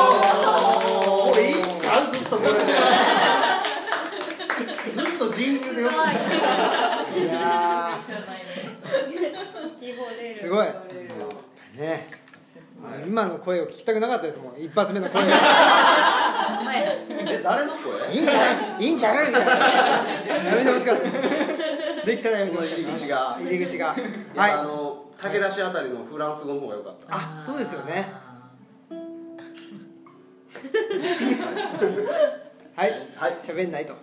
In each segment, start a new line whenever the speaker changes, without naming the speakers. これいいんちゃうずっとこれずっと人流でよくいや
希望レール
すごいーね今の声を聞きたくなかったですもん一発目の声い
え誰の声
いんちゃういいんちゃうみたいなやめてほしかったですできたらやめてほしかった
入
入り
り口が
口が
いやあ
はい
の武田市あたりのフランス語の方が良かった
あそうですよねはい
はい
喋んないと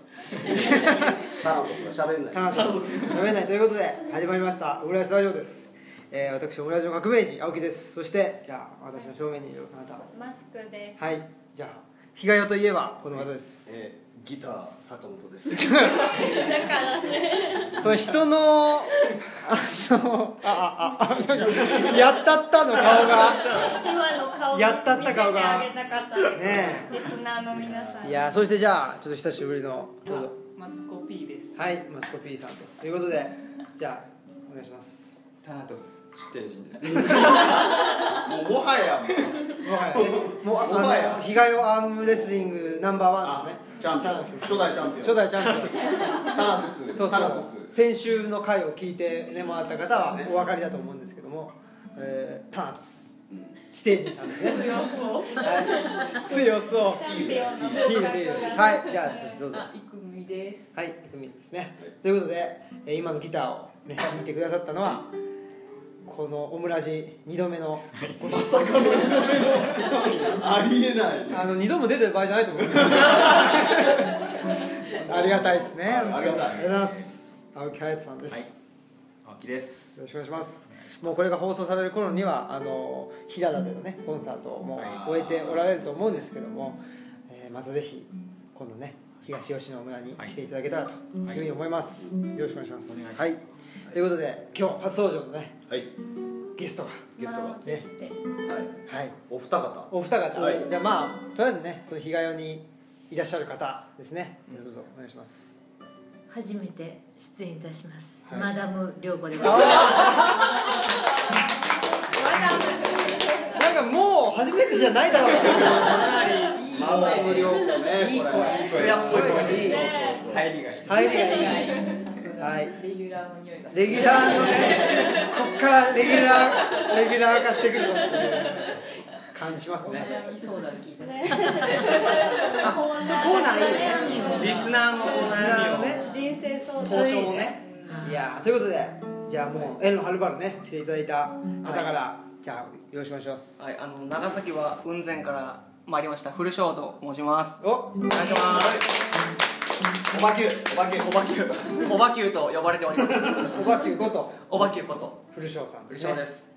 タラントスが喋んない
田中です喋んないということで始まりましたオムライスラジオです、えー、私オムライスの革命児青木ですそしてじゃあ私の正面にいる方
マスクで
はいじゃあ日替えといえばこの方です、
えーギター坂本です
すだからね
その人のあのあああなんかやったったの顔が
今の顔
やったった顔が
見せてあげたかった
ね
リスナーの皆さん
いやーそしてじゃあちょっと久しぶりのどうぞ
マツコ P です。
はいマスコ P さんということでじゃあお願いします
タナトス出店人です。
もうもはや
もはやねもうあ
もはや
あの日替えアームレスリングナンバーワンのね
チャンピオン初代チャンピオン
初代チャンピオンです
タラントス
そう
タラント
そ
ス
う先週の回を聞いてねもらった方はお分かりだと思うんですけども、えー、タナトス地底人さんですね
強そう
はい強そ
チャンピオンの
ういいね
風格
いいね
が
はいじゃあそしてどうぞ
いくみです。
はい海ですねということで、えー今のギターをね弾いてくださったのはこのオムラジ2度目の
まさかの認めのありえない
あの2度も出てる場合じゃないと思うん ですよありがたいですね
ありがた
あ
い
りがとうございます青木隼人さんです、
青木です。
よろしくお願いします。もうこれが放送される頃にはあの平田でのねコンサートをもう終えておられると思うんですけども、えーまたぜひ今度ね東吉野村に来ていただけたらというふうに思います。よろしくお願いします。
お願いします
はい。ということで今日初登場のね
はい
ゲストが
ゲストが
満を持して
はい
はい
お二方
お二方、
はい
じゃあまあとりあえずねその日替えにいらっしゃる方ですね。どうぞお願いします。
初めて出演いたします。
はい
マダム涼子でございます。
なんかもう初めてじゃないだろう。
マダム涼子ね
いい声
これ
艶っぽい声がいい
そうそうそう
入りがいい。
入りがいい。はい。
レギュラーの匂いが。
レギュラーのね、こっからレギュラー、レギュラー化してくるぞっていう感じしますね。
悩み相談聞いてます。
あ、そうコーナーいいね。
悩みを。
リスナーの
リスナーのね、
人生相談
投資もね。
はい
いやー、ということで、じゃあもう、縁のはるばるね、来ていただいた方から、じゃあ、よろしくお願いします。
はい、あの長崎は雲仙から参りました古翔と申します。
お、お
お願いします。
おばきゅうおばきゅうおばきゅう
おばきゅうと呼ばれております。
ばきゅうこと、
おばきゅうこと
古翔さんで
古
すね
翔で。す。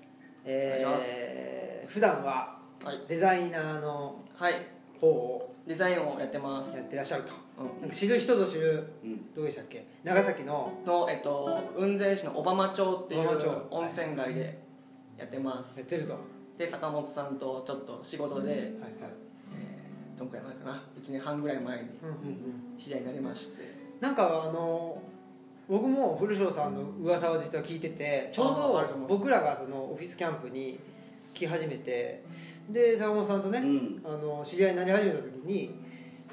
お願いし
えー、普段は
はい、
デザイナーの
はい、
方を
デザインをやってま
や
す
っ。てらっしゃると。
う
なんか知る人ぞ知る、
うん
どうでしたっけ、長崎の。
ん、のえっと雲仙市の小浜町っていう
小浜町
温泉街でやってます
やっ。てると。は
で坂本さんとちょっと仕事で
いはい。
えーどんくらい前かな、一年半ぐらい前に
うんうんうん
知り合いになりまして。
なんかあの僕も古城さんの噂は実は聞いててちょう
ああると
ど
思う
僕らがそのオフィスキャンプに来始めてで坂本さんと
う
ね、
ん
あの知り合いになり始めた時に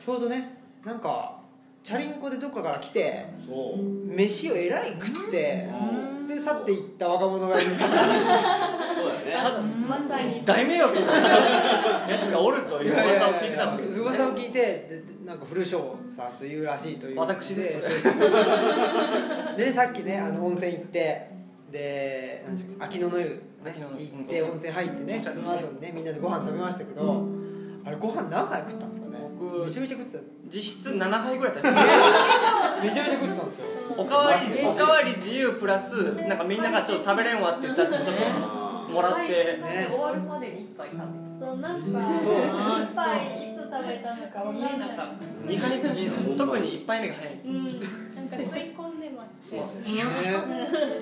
ちょうどねなんかチャリンコでどっかから来て
そう
飯をえらい食って
うん
で去っていった若者がいる
そうだね
まさに
大迷 惑なやつがおるという噂を聞いてたわけですね
噂を聞いてでなんか古城さんというらしいという
私 です
でねさっきねあの温泉行ってで何でしたっけ秋野の湯、ね、
秋野の湯
行って温泉入ってねその後にねみんなでご飯食べましたけどあれご飯何杯食ったんですかね
僕
めちゃめちゃ食ってたんで
実質7杯ぐらい食べて
すめちゃめちゃ食ってたんですよ
おかわりおかわり自由プラスなんかみんながちょっと食べれんわって言ったやつもちょっともらって
はい終わるまでに一杯食べて。
そうなんか
そう
一杯いつ食べたのかわか
見え
ん
な
な
か
い
った。
2回目特に1杯目が早い
うんなんか吸い込んでまし
そうで。
て
すね
ね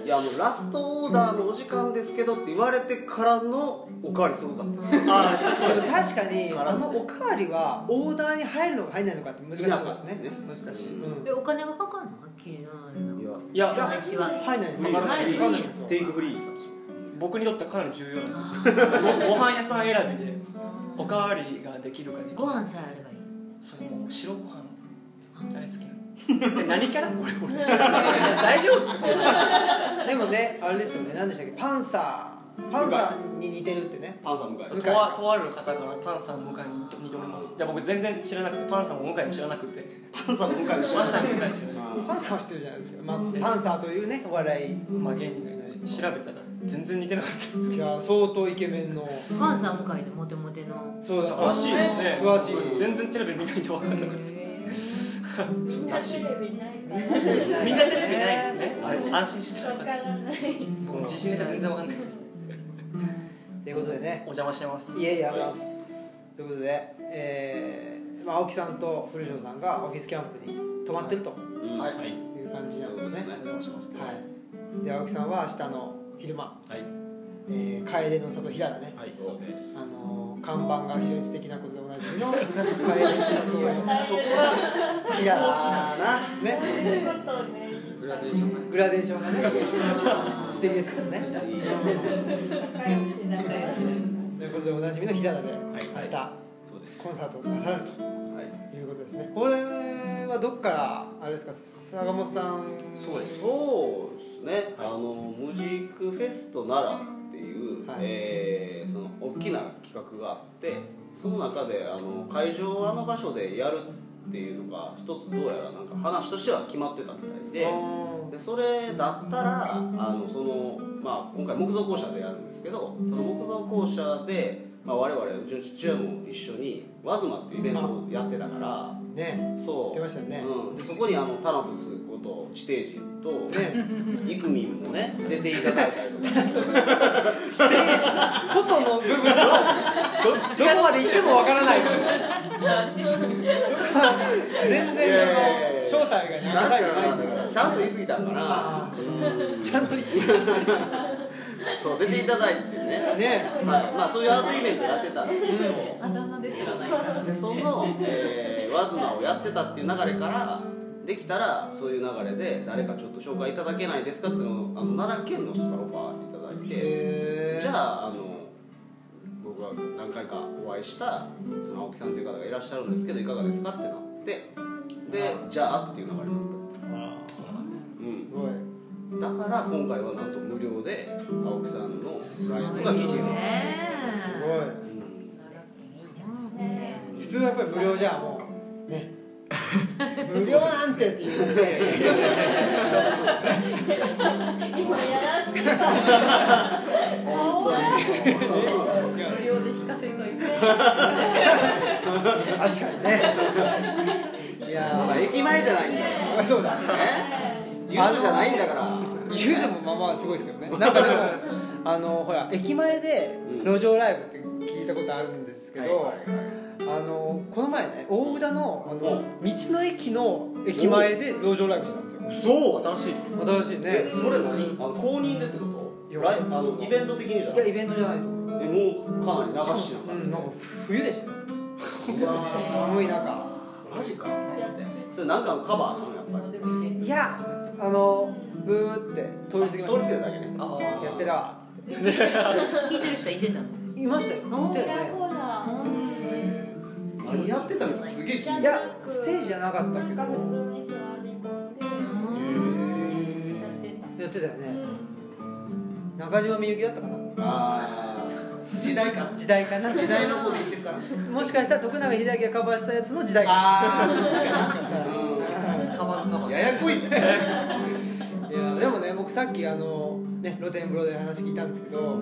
いやもうラストオーダーのお時間ですけどって言われてからのおかわりすごかった
あーそう確かにあのおかわりはオーダーに入るのか入らないのかって難しいですね
いや
難しい、
うん
うん
えお金がかかるのはっきりないの
いや
いや
知らないしは
入らないんです
フリー
分かんないんですよ
テイクフリー
僕にとってはかなり重要
あ
なごご飯屋さん選びで
ー
おかわりができるかできない
ご飯さえあればいい
それもう白ご飯大好き なのえ何キャラこれこれ大丈夫ですか
でもねあれですよね何でしたっけパンサーパンサーに似てるってね
パンサー向かい
向井
とわとある方からパンさん向かいに挑みますじゃあ僕全然知らなくてパンさんも向かいも知らなくて
パンサー向かいの
パンさん向かい知らない
パンサーは知ってるじゃないですか、まあ、パンサーというねお笑い
まあ芸人がいないし調べたら全然似てなかったんですけ
い
ど
や相当イケメンの
パンサー向井でモテモテの
そうだ
詳しいですね
詳しい
全然テレビ見ないと分かんなくて
みんなテレビないから。
みんなテレビないですねあれ安心して
わ
よか
か
っ
らない。
たその自信ネタ全然分かんない
ということでね
お邪魔してます
いえいえありがとうございますということで、えーまあ、青木さんと古城さんがオフィスキャンプに泊まってると
はい
はい
いう感じなんですね,、
そうです
お邪魔しますけど
はい、で青木さんは明日の昼間、
はい
えー楓の里平だね、
はいそうです
あのー看板が非常に素敵なことでおなじみの楓の里
そこ
平
あー
ですね
そういうことね。
グラデーションがね
グラデーションがね素敵ですけどね。
仲良しだね。
ということでおなじみの平田で明
い
日
そうです
コンサートをなされるということですね。これはどっからあれですか坂本さん。
そうです
そうですね、
はい
あのムジックフェスト奈良っていう、
はい
えーその大きな企画があってその中であの会場をあの場所でやるっていうのが一つどうやらなんか話としては決まってたみたいで。でそれだったらあのその、まあ、今回木造校舎でやるんですけどその木造校舎で、まあ、我々うちの父親も一緒に「和妻」っていうイベントをやってたから
ね
そう
言ってましたよね
うん、でそこにあのタナトスこと地底人と、
ね
イクミンもね出ていただいたりとかして
ことの部分をどどこまで行ってもわからないし。全
い
然
やいやいや
その正体が流されてないんですよ。
ちゃんと言い過ぎたんかな
あちゃんと言って
そう出ていただいてね
ね
はいまあそういうアートイベントやってたんですけど
あだ名ですらないから
でその、えー、ワズマをやってたっていう流れからできたらそういう流れで誰かちょっと紹介いただけないですかっていうのをあの奈良県の人からオファーいただいて
へー
じゃああの僕が何回かお会いしたその青木さんという方がいらっしゃるんですけどいかがですかってなってでじゃあっていう流れになったっていう、
すごい。
うん、だから今回はなんと無料で青木さんのライブが聴ける、
す
ね
ごい。
うん
それいいじゃん
ね
普通はやっぱり無料じゃもう ね無料なんてっていうね
今やらしいわ。
本当に
無料で引かせといて
確かにねいや
そうだ
ー
駅前じゃないんだよ
そりゃそうだ
ね
ゆずじゃないんだから
ゆずもまあまあすごいですけどねなんかでもあのほら駅前で路上ライブって聞いたことあるんですけど、あのこの前ね大浦のあの道の駅の駅前で路上ライブしたんですよ
そう
新しい
新しいね
えそれ何あの公認でってことライブあのイベント的にじゃない
いやイベントじゃないと思う
えもうかなり流しながら
うんなんか冬でしたよ
うわ
寒い中
マジかそれなんかのカバーなのやっぱり
でもいいね
いやあのブーって通り過ぎました
通り過ぎただけね
あーやってたわっつっ
聞いてる人聞いてる人いてたの
ていましたよいたよ
裏コーナー。
何やってたのかすげえ気にな
ねい
る
やステージじゃなかった
な
け
ん
ど
か普通に座り込んでやってた。
やってたよ
う
ね
ん
中島みゆきだったかな
あー時代か
時代かな
時代の方で言ってるから
もしかしたら徳永英明がカバーしたやつの時代か
あーそっちか
もしかしたら
カバーのカ
な
バー
ややこいね
いやでもね僕さっきあのね露天風呂で話聞いたんですけど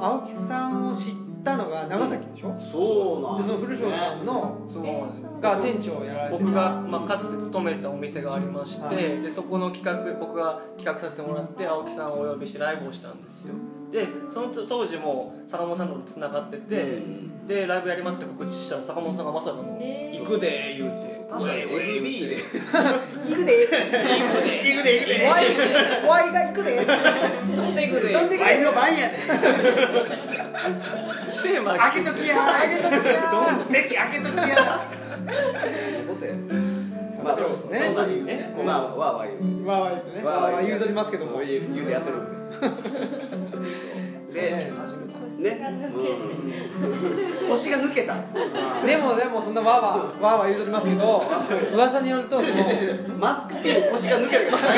青木さんを知ったのが長崎でしょ
そうなん
でその古庄さんの
そうなんですよ
が店長をやられてた
僕が、まあ、かつて勤めてたお店がありまして、
はい
でそこの企画僕が企画させてもらって青木さんをお呼びしてライブをしたんですよでその当時も坂本さんともつながってて、
うん
でライブやりますって告知したら坂本さんがまさかの「
えー
行くで」言うて
確かに FB で
行くで
行くで行くで
ワイワイが行く で
飛んでいくで
飛んでくで
番やで
テーマ
開けときや開けときや席開けときやことやまあそうですね
そう
そんなにねまあわあわあ言う
ワイワイとね
わ
ワイ
あわ
ワ
あ
イ言
言う
うぞりますけども
そういう言うてやってるんですけどで
初めて
ねうん腰が抜けた
でもでもそんなわーわーわーわー言うとりますけ ど噂によると
ちょちょちょちょマスクピンの腰が抜けた から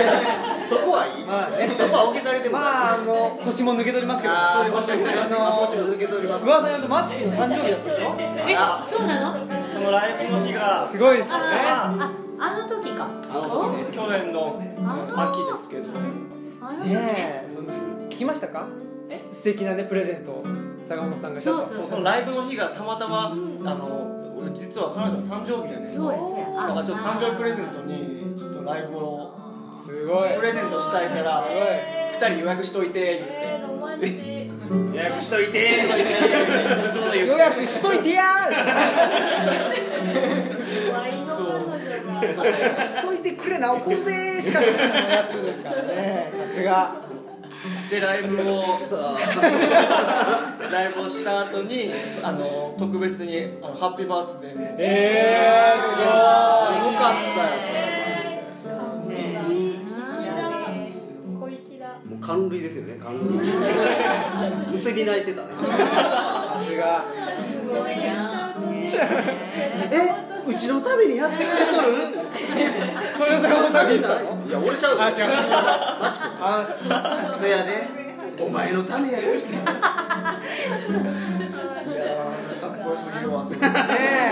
そこはいい
まあね
そこは置き去りでもない
まああの腰も抜け取りますけど
あー腰が抜け
あ
て
の
腰が抜けております
噂によるとマチピンの誕生日だったでしょ
えそうなの
そのライブの日が
すごいですよね
あああの時かあ
の時
去年の
あ
秋ですけど
あの時ね
ねえそのす聞きましたかす素敵なねプレゼントを坂本さんが
そうそう
そうそのライブの日がたまたま、あの俺実は彼女の誕生日やねん
そうですね
だからちょっと誕生日プレゼントにちょっとライブを
すごい
プレゼントしたいから
え
2人予約しといて言って
えーロマンチック
予約しといて
予約しといてや
ワインの彼女が
ーしといてくれなおこうぜしかしないやつですからねさすが
でライブを
さあ
ライブをした後にあの特別にあのハッピーバースデーで
えーすご
よかったよそれ
えーそう
ね
小粋だ
もう寒類ですよね寒類 むせび泣いてたね
さすが
すごいな
えうちのためにやってくれとる
それを坂本さんが言ったの
いや俺ちゃう
あ違うあ
うそやねお前のためやで
かっこよすぎるわそのプ
ね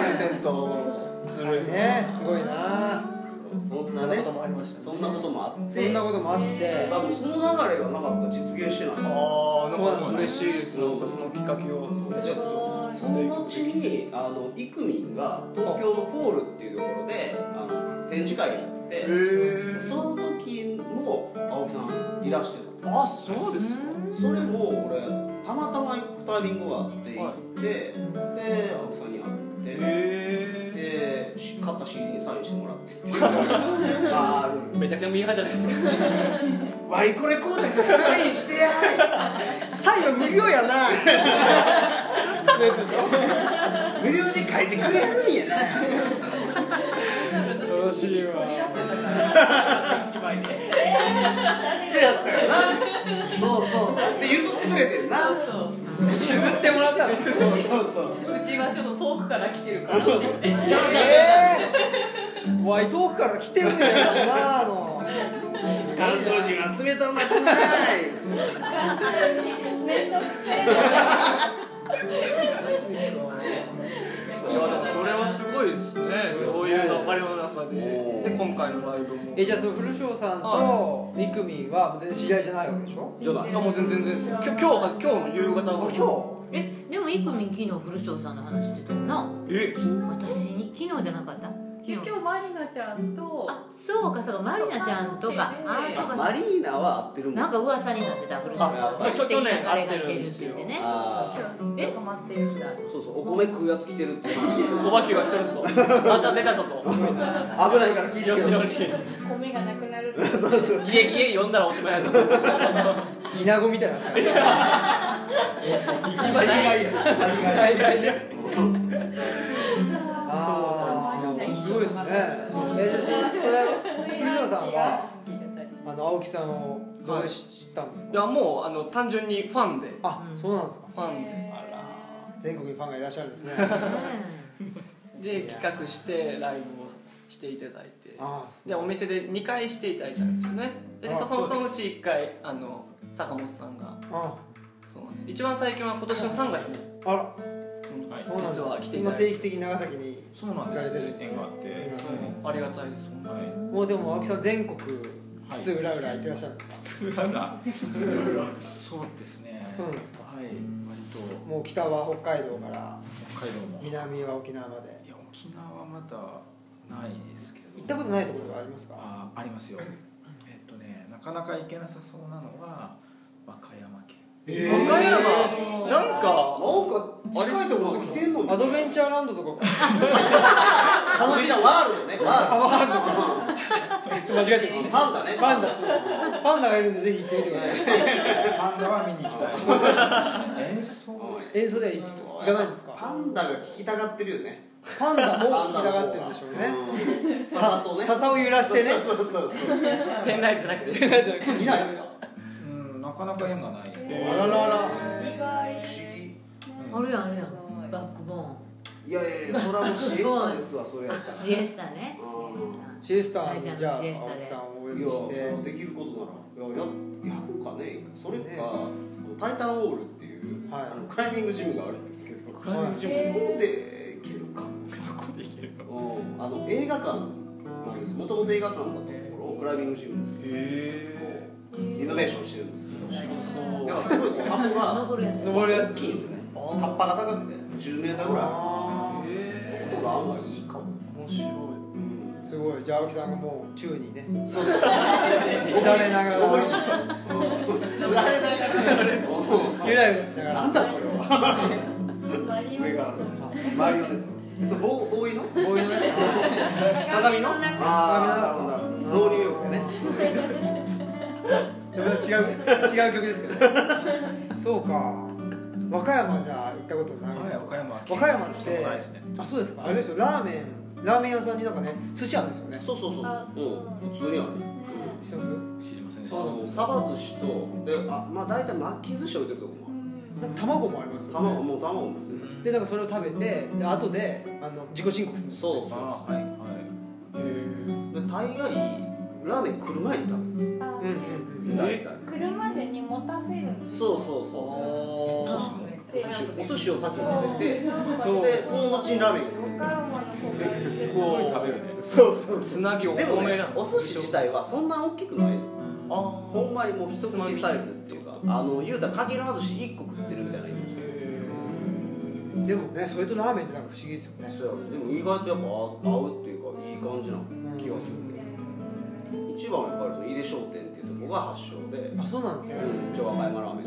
え
レゼントをする
ねえすごいな
そん
そ
なん
な
ね
こともありました
そんなこともあっ
そん
て
なこともあって
多分その流れがなかったら実現してない
ああ
そうな
なんん
だ
か嬉しいですなんかそのきっかけをちょっと
その後にあのイクミンが東京のフォールっていうところであの展示会やってて
へ
その時も青木さんいらしてた
あそうですか
それも俺たまたま行くタイミングがあって行
は
って、で青木さんに会って、
へ
でし買った CD にサインしてもらってっていうああ
えめちゃくちゃミーハーじゃないですか
わいこれこうだからサインしてや
サインは無料やな
無料で書いてくれるんやな
恐ろしいわ
一枚で。
せやったよなそうそうそうで譲ってくれてんな
そ
そう
そう。
譲ってもらったの
うそうそう
うちはちょっと遠くから来てるから。そう
めっちゃおしゃれ
えー、ワイ遠くから来てるんだよなあの
関東人は冷たお前すない
めんどくさ
いやでもそれはすごいですねそういう流れの中
おー
でで今回のライブも
えじゃあその古翔さんとイクミンは全然知り合いじゃないわけでしょ
冗談
あもう全然全然です今日今日は今日の夕方
あ
は
今日
えでもイクミン昨日古翔さんの話してたよな
え
私に昨日じゃなかった
い
昨
今日
日
マリナちゃんと
あそうかそうかマリナちゃんとかあそうか
あ
そう
マ
か
リーナは合ってるもん
なんか噂になってた古翔さん
あ
が素敵な彼がいてるって言ってね
あー
え止まってるんだ
そうそうお米食うやつ来てるっていう話
お化けが来てるぞとまた出たぞと
危ないから聞いて
吉野
よ
に
米がなくなる
そうそうそう
家家呼んだらおしまいやぞ
イナゴみたいなや
災害や災
つ
害
災害であ
そうなん
あ
ですよ
すごいですねえじゃあそそれ古翔さんはあの青木さんをどうで知ったんですか
いやもうあの単純にファンでフ
あそうなんですか
ァンで
全国にファンがいらっしゃるんですね
で企画してライブをしていただいて
ああ
でお店で2回していただいたんですよねで
あ
そのそ
そう
の
で
うち1回あの坂本さんが
あ
そうなんです一番最近は今年の3月に、
あら
うん
はい
そうなんです
実
か
は来ていた
今
だい
定
て
期的に長崎に
そうなんです。縁があって、
うん
ありがたいですもん
はい。
もうでも青木さん全国
は
津々浦々行ってらっしゃるんですか
裏裏そうですね
そうなんですか
はい割と
もう北は北海道から
北海道もいや
南は沖縄まで
沖縄はまだないですけど
行ったことないところがありますか
あありますよえっとねなかなか行けなさそうなのは和歌山県
え
和歌山
えー
な
な
んか
んか近いところまで来てんの
アドベンチ
ャ
ャーランドとか
ー楽しいじゃんワールドねワ
ワー間違えてま
ー
す
ルド
ね
パンダね
パンダそうパンダがいるんでぜひ行ってみてください
パンダは見に行きたい演奏
演奏では行かないんですか
パンダが聞きたがってるよね
パンダも
パ
行
ン
き
ダ
た
の
がってるんでしょうね
ね笹とね
笹を揺らしてね
そうそうそうそう
ペンライトじゃなくて
いないですか
うんなかなか縁がない
あららら
意外
不思議
あるやんあるやんバックボーン
いやいやいやそれはもうシエスタですわそれやっ
あ
たら
シエスタね
う
シエスタにじゃあ
シ
青
エスタで
木さんをお呼
いや
びし
そ
て
のできることならいやややろうかねそれか、タイタンウォールっていう、
はい
あのクライミングジムがあるんですけど
ライミングジム
そこで行けるか
そこで行けるか
うんあの映画館なんですもともと映画館だったところをクライミングジムに
へ
リノベーションしてるんですけど
そう
だからすごいこう箱が
登るやつ
登るや
大
つ
きいんですよねタッパが高くて10メーターぐらい
あ
あ
え
る音が案外いいかも、
面白い
ーすごいじゃあ青木さんがもう宙にね
そうそうそう
つられなが
登り
ら
つつられないから
ゆらゆらしながら
なんだそれは
マリオ
上から周りを出たそう棒棒いの
こういうのや
鏡の
そんな
ああなるほどノーニューヨークね
つでも違う違う曲ですけどねそうか和歌山じゃあ行ったことない
はい和歌山は
和歌山っ
聞いたことないで
て
すね
あそうですかあれですよラーメンラーメン屋さんになんかね寿司あるんですよね
そうそうそうそううん普通にある
知ってます
知りませんで
あ
した
のサバ寿司とであまあ大体巻き寿司置いてるとこも
なんか卵もありますよ、ね、
ある卵もう卵も普通に
でなんかそれを食べてで後であの自己申告するんです
そうそう
あ
そ
はいは
うで大概ラーメン来る前に食べ
う
る
んうんうん
大体
車でに持たせるんです
そうそうそう
お
そう
ー
お寿司お寿司を先に食べてでその後にラーメンが来る
お母様の方が
すごい
い食べるね
そうそう
つなぎお
でも
米
ね
なの
お寿司自体はそんな大きくない
あ
ほんまにもう一口サイズっていうかあの言うたらかける外し1個食ってるみたいなイメージ
でもねそれとラーメンってなんか不思議ですよね
そうやねでも意外とやっぱ合うっていうかいい感じな気がするね一番はやっぱりその井出商店っていうとこが発祥で、うん、
あそうなんですね
一応和歌山ラーメン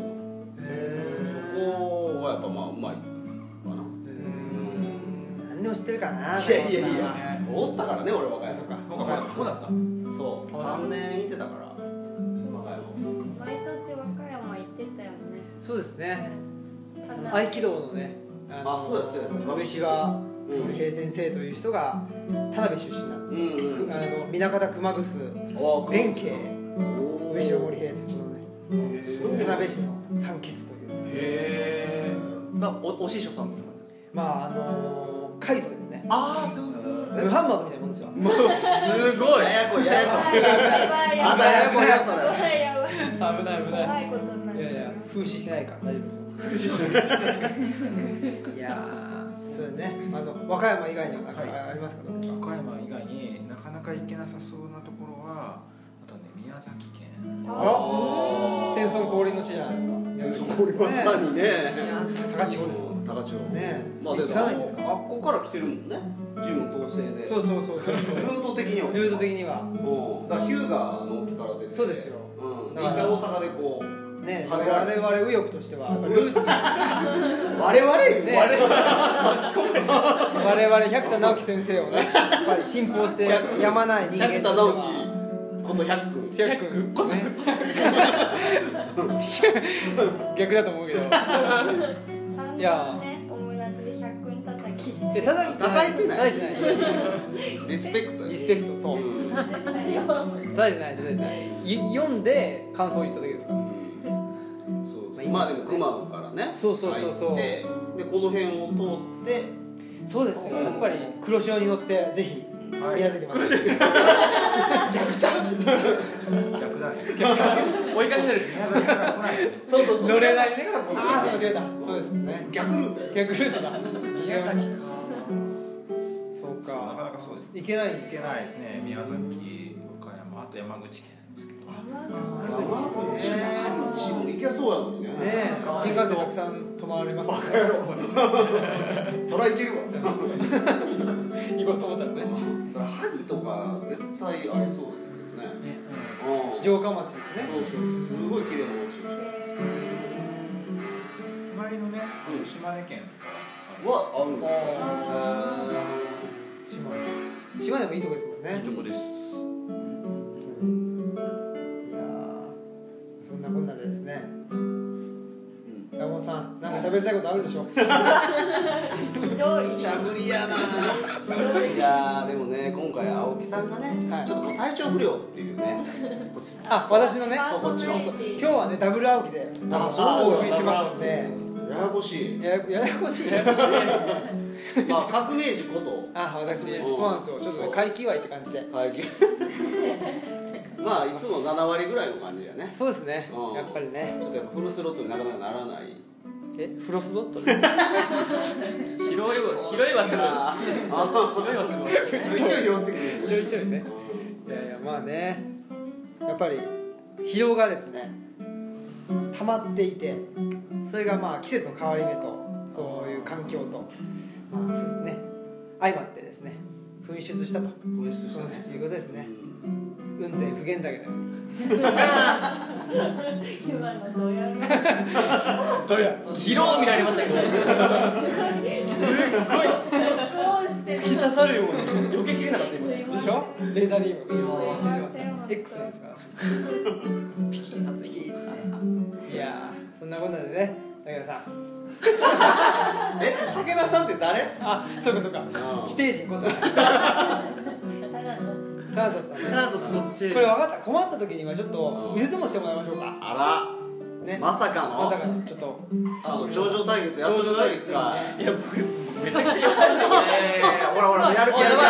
のそこはやっぱまあうまいかなうん
何でも知ってるからない
やいやいやおったからね俺和歌山
そっか
僕はここだった
そう3年見てたから和歌山
毎年和歌山行ってたよね
そうですね
あの
合気道のねの
あそうやそうやそうや
馬部氏は
うん
平先生という人が田辺出身なんですよ
うんうん
あの南方熊楠
お
弁慶
お
上島森平というこのね田辺市の三欠という
へえ
まあおお師匠さんみたいな
まああの海藻ですね
ああそうだ
ムハンマドみたいなもんですよ
すごい
ややこいややこい
あ
あんたややこいやそれ
ばいやばい
危ない危
怖いことになっ
い
ち
やい
ゃ
や
う
風刺してないから大丈夫ですよ
いして
いやーそれねあの和歌山以外にはなんか
はい
ありますかどうか
岡山以外になかなか行けなさそうなところはあとね宮崎県
あ天孫降臨の地じゃないですか
そこにまさに
い
ね
や高千穂ですもんね
高千穂まあで
行
も
かないんですか
あっこから来てるもんねジム統制で
そうそうそうそう
ルート的には
ルート的には
うんだからヒューガーの沖から出て
そうですよ
うんで一回大阪でこう
ね
はめら
我
れる
々右翼としてはやっぱルーツ
我々言う
ね 我々百田直樹先生をねやっぱり信奉してやまない人間として
百田
は
直樹こと百君
百君ね逆だと思うけど
三
いや
人ね友達で百円叩きし
え
て
叩いてない
叩いてない
叩いてない
リスペクト
リ
や
スペクトそう叩いてない叩いてないい読んで感想を言っただけですから
そう
ま
そ
あ
う
いいですよね
まあでも熊野からね
そうそうそうそう
入ってでこの辺を通って
そうですよやっぱり黒潮に乗ってぜひ宮崎まで
逆ちゃん
逆だね
追いかけられる
宮崎から来ない
そうそうそう
乗れないね
宮崎からこう
ああ間違えたそうですね
逆ルートや
逆ルートだ
宮崎か
そう
そうなか
か
なかそうですね
行けない
行けないですね宮崎岡山あと山口県んですけど
山口山口も行けそうやのにね
ねえ
かわいそう
新幹線たくさん泊まれますから
そら行けるわ
行こうと思ったらね
そら萩とか絶対ありそうですけどね
ね
うん
城下町ですね
そうそうそうすごい綺麗な街でした
周りのね
うん
島根県とか
はあるんですか
島根島根もいいとこですもんね
いいとこです
いやーそんなこんなでですね山本さんなんか喋りたいことあるでしょ
ひどい。
しゃぶりやないやーでもね今回青木さんがね、
はい
ちょっとこう体調不良っていうねこっち
あ私のね
そうこっちの
そうそう今日はねダブル青木で
あそう
お送りしてますんで
ややこしい
ややややこしい
まあ革命児こと
あ私そうなんですよちょっとね怪奇祝いって感じで
会議 まあいつも7割ぐらいの感じやね
そうですね
うん
やっぱりね
ちょっとやっぱフルスロットになかなかならない
えフロスドット
拾いは拾いはす
あ
る拾いはする
ーちょいちょい拾ってくる
ちょいちょいねいやいやまあねやっぱり疲労がですね溜まっていてそれがまあ季節の変わり目とそういう環境とまあふね相まってですね噴出したと
紛失した
噴出
ね
ということですね雲仙普賢岳のように
今のドヤ顔
どうや
拾う見られましたけどすっごい
どうして
突き刺さるように避けきれなかった今
でしょレーザービーム
すいません
X のやつかなピキーンとピキーンってねいやーそんなことでね武田さん
え武田さんって誰
あそうかそうか地底人こと
ただの
タートさんね
カード過ごして
これ分かった困った時にはちょっと
うん
右折もしてもらいましょうか
あ
ね
らまさかの
まさかのちょっと
ちょっと頂上対決やっとくかい
いや僕めちゃくちゃ
ほらほらやる気やるわ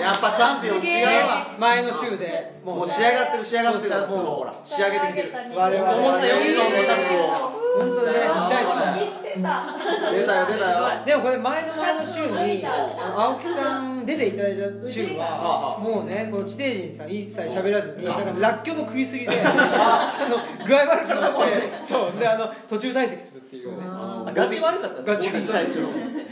やっぱチャンピオン違うわ
前の週で
もう仕上がってる仕上がってるもうほら仕上げてきてる
我々
重さ4キロ
本
のシャツを
当にね行きたいと思いま
見捨てた
出たよ出たよ
すでもこれ前の前の週に青木さん出ていただいた週
あ
は
あ
もうねこの地底人さん一切喋らずになんからっきょうの食いすぎであの具合悪くなってそうであの途中退席するっていうね
あ
あガチ悪かった
ガチ悪
悪
か
か
っ
ったた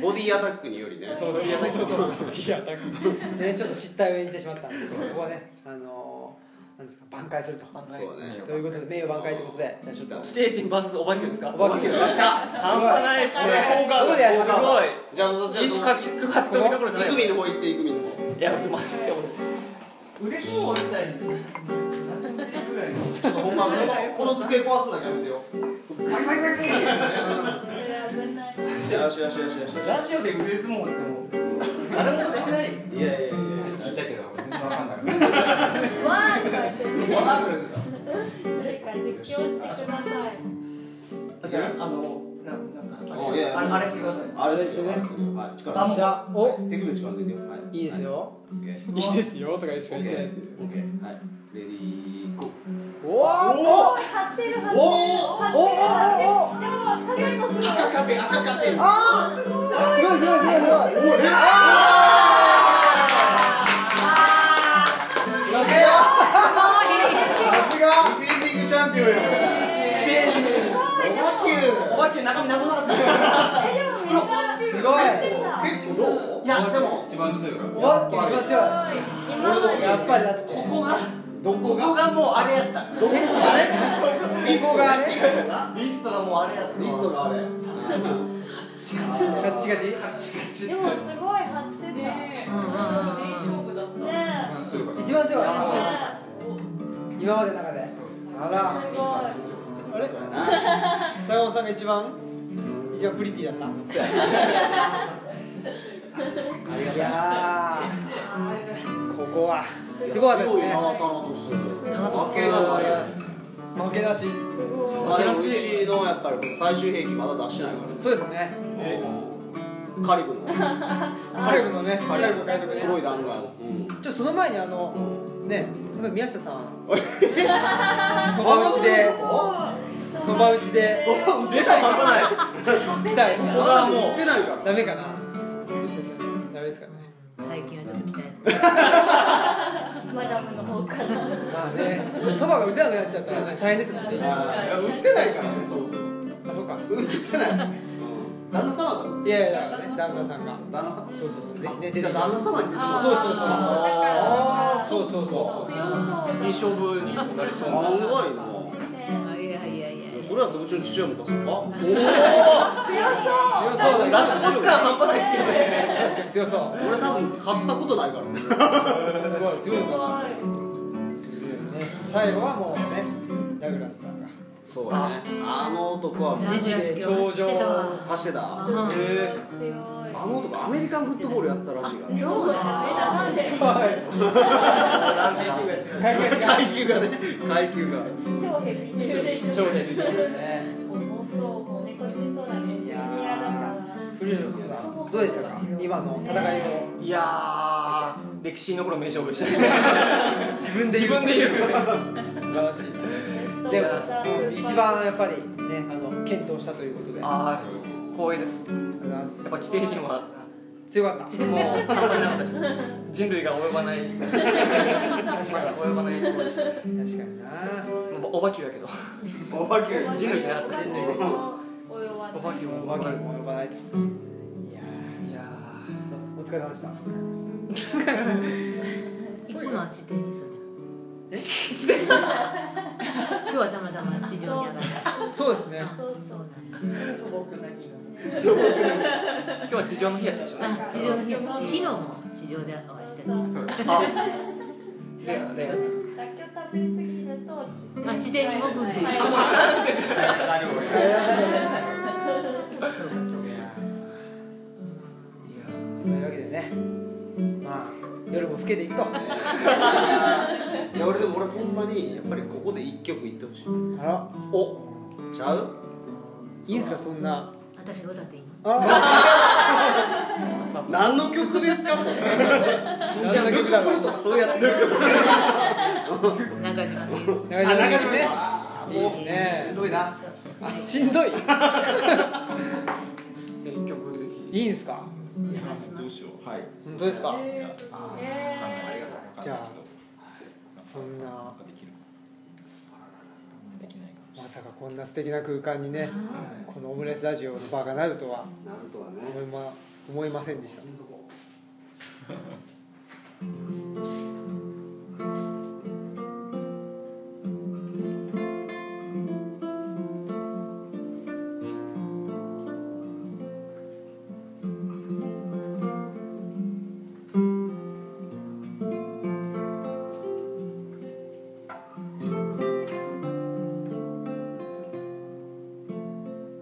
ボディアタックによりね
そうそうそうそうそう。いや、ね、ちょっと失態を演じてしまったんですけど、ここはね、あのー、なんですか、挽回すると。
そうね
ということで、名誉挽回ということで、じゃあちょっと。
指定神 VS お化けですか
お化け。
来た
半端ないっす
これ好感
ね
度好
す
感
ご
じゃあそ
い一種格格闘技どころじゃない
イクミの方行ってイクミの方
いや、ちょっと待って、俺。腕相撲みたいに。
ちょっとほんまこのこの机壊すだけやめてよ
これ危ない
よしよしよしよしよし
ラジオで腕相撲ってもう。誰も得しないよ。
いやいやいや
聞いたけど全然わかんない
わーとか言って
分かってるんだ
誰か実況してください
じゃあ、あの、なん、なんか、
あい
あ
やい
れ、
や
あれあれしてください。
あれですよねはい力
あも
お、
う
手首の力抜いてよはい
いいですよ。
オッケー
いいですよとか一
オ
緒に
ッ
言って
ケー。オッケーはいレディーゴー
おお。
お張ってる張って
お
る張ってる張ってるでもかけるとすぐ
赤勝て赤勝て
あーすごいすごいすごいすごい。
やべえよ
さすが。
ディフェンディングチャンピオンや
地底人。
お化け、中身なくなかった。
えでもめっちゃ
すごい
張ってた
結構どう
いや、でも、
一番強いから
おわっけ、気持ち悪
今ま
い。
で
やっぱりだって。
ここが、
どこ
ここがもうあれやった。
どこがあれ
ここがあれ
ミストが
リストがもうあれやった。
ミストがあれ
ガッチガチ。
でもすごい張ってたね
うんうんうん
勝負だった。
え
強いから
一番強い。
ね
今までの中で。あ
え
ら。
すごい
あれ。
そうやな
佐山さんが一番一番プリティだった
そうやな
ありがとういやーここはすごかったですね
タナトス
タナトス
負けがないよ
負けなし
すごい
まあでもうちのやっぱり最終兵器まだ出してないから
そうですね
うんカリブの
カリブのねカリブの海賊ねち
黒
ょ
い弾丸うん
っとその前にあのねやっぱり宮下さんそ
あ
ば
の
打ち
人
で
そ
そば打ちで
ば売ってないから
来たい
まだ売ってないから
ダメかなちょっとねダメですかね
最近はちょっと鍛えて
マダムの方から
まあねそばが打てなくなっちゃったらね大変ですもんね
あーいや売ってないからねそもそも
あそっか
売ってない旦那様だろ
いやいやだからね旦那さんが
旦那様
そうそうそうぜひね出て
じゃあ旦那
そ
様に
う
あ
そうそうそうそうそ
あー
うそうそ
強そう
いい勝負になりそうな
案外な
あいやいやいや
それやったらうちの父親も出そうかお
う強そうだ
ラスボス感半端ないですけどね
確かに強そ
ー俺多分買ったことないからね
うすごい強いのか
すごい
なすごいよね最後はもうねダグラスさ んが
そうやねあの男は
ダ
日
グラス
米
教は知ってたわ
走ってた
うん
え
あの男アメリカンフットボールやってたらしいからね
そうだね
階級がね階級が
超ヘビー級でしょ
ー、超ヘビー
ね
重そうもう猫ちんとだね
い
ジ
やー
ュニアだから
古城さんどうでしたか今の戦いの
いやー歴史に残る名勝負でしたね自分で言う
素晴らしいですね
ベ
で
スト
も
オブザ
うん一番やっぱりねあの検討したということであ
ああ光栄ですや
りがとうございます
っぱ地底人は
強かった
もう半端じゃなかったです人類が及ばないまだ及ばないところでしたね
確かにな
もうおばきゅうやけど
お化け
人類じゃなかった人類
お弱
おばきゅうも
わ
及ば
け
ない
にも及ばないといや
いや
ーお疲れ様でした
いつもは地底に住んでる今日はたまたま地上に上がった
そうですね
そうそ
そううだ
素朴な気分
ー今日は地上の日やったでしょね
あ地上の日昨日も地上でお会いしてた
そう
あレア
だ
レア
けを食べ過ぎると
あ地底に潜るそうかそう
い
か
やーそういうわけでねまあ夜も更けていく と
いや俺でも俺ほんまにやっぱりここで一曲言ってほしい
あら
お
ちゃう
いいんすかそんな
私が歌っていいの
あら
何の曲ですかそれ
死んじゃう
ル
の曲
ッ
だ
ク
ろ
ブルとかそういうやつ
中島みゆき
中島みゆきね
あ
いいです
しん
ね
どいな
しんどい
で一曲ぜひ
いいんすか
お願いします
しようはい
本当ですか
あ
え
じゃそんな
できるできないかもしれ
まさかこんな素敵な空間にねこのオムレスラジオの場がなるとは
なるとはね
思いま思いませんでした
「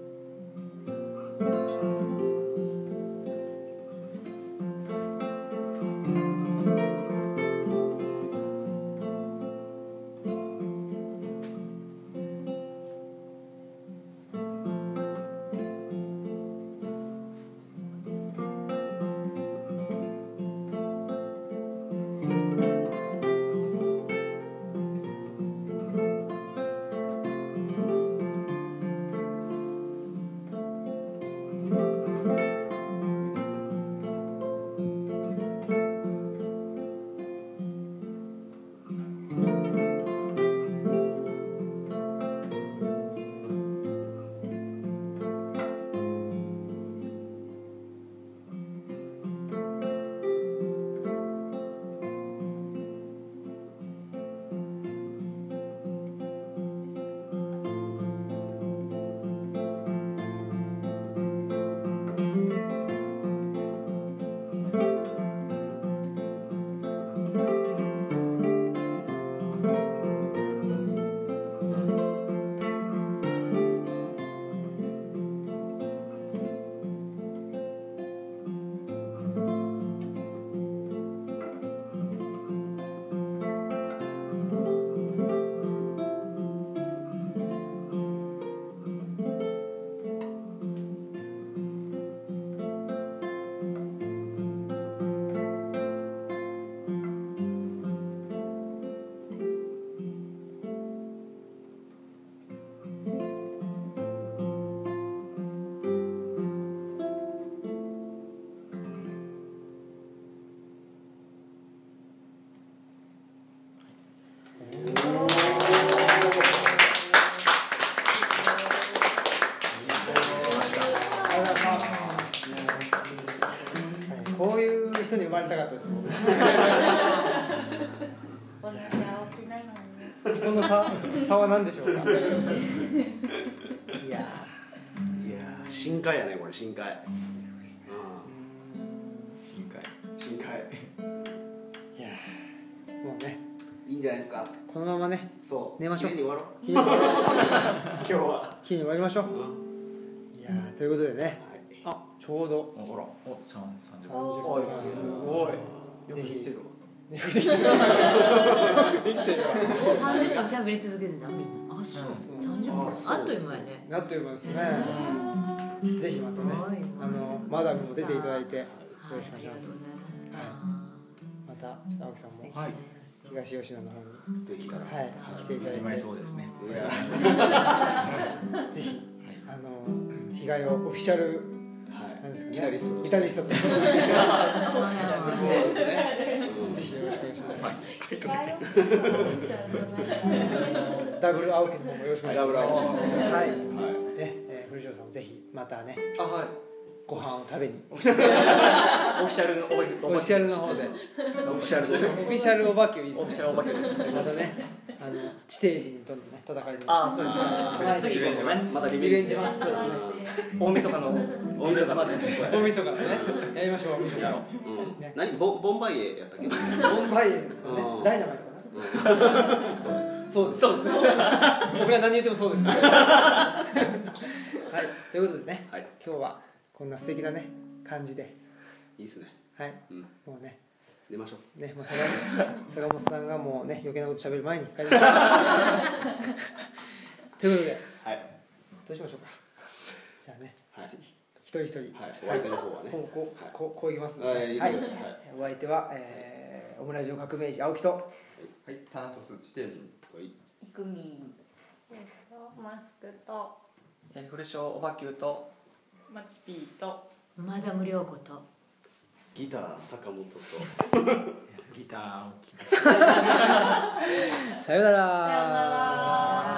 まれたかったです僕
同じ青木なのにね
この差差は何でしょうかいや
いやー深海やねこれ深海そうですね
深海
深海
ーいやーもうね
いいんじゃないですか
このままね
そう
寝ましょう
記念に終わろう
日に終わ
今日は
日に終わりましょういやーということでね
はい
あちょうど
おほらお三三十分
お
おいすごいよ
ぜ
くできて
ひ
るわ
できてる
三十分喋り続けてたみんなあそう
うん
三十分
あそう
あっという間やね
なっていうことですねぜひまたね
はい
あのマダムも出ていただいてよ
はい
ろしくお
あり
願
が
いし
とう
ますま
ございました
たちょっと青木さん
素
も
敵
はい
です
東吉野の方に
ぜひから
はい来ていただい
始ま
て
りそうですね
いや
ぜひあの被害をオフィシャルなんで
は
す
い
かね
ギタリストと
ギ
し
タ
て
リストとして
そうですねうん
ぜひよろしくお願いします
違うよって言ったらそうじゃない
ダブル青木の方もよろしくお願いします
ダブル青木
はいね
は
えー古城さんもぜひまたね
あはい
ご飯を食べに
オフィシャルのオ
オフィシャルの方で
オフィシャル
オフィシャルお化けをいいですね
オフィシャルお化けですね
またねあの地底人とのね戦いに
あそうですね
い次こそねまたリ
リベンジマ
マ
ッ
ッ
チ
チ
とですね
大晦日の
大晦日のね
大晦日のねやりましょう大晦日
やろ
の
ううん
ね
何ボンボンバイエやったっけ
ボンバイエンですかね
うん
ダイナマイトかなそうです
そうですね
僕ら何言ってもそうですねはいということでね
はい
今日はこんな素敵なね感じで
いいっすね
はい
うん
もうね
寝ましょう
ねもう坂本坂本さんがもうね余計なこと喋る前に帰りましょうということで
はい
どうしましょうかじゃあね、
はい
ひ一人一人
はいお相手の方はね
こうこうこうこう言いますの
は
で、
い
はい
いいですはい
お相手は、えー、オムライスの革命児青木と
はい、タナトス地底人。
はい
イクミ
マスクと
えフレッシュオバキューと
マチピーと
マダム良子と
ギター坂本と
ギターを
さようなら
さよなら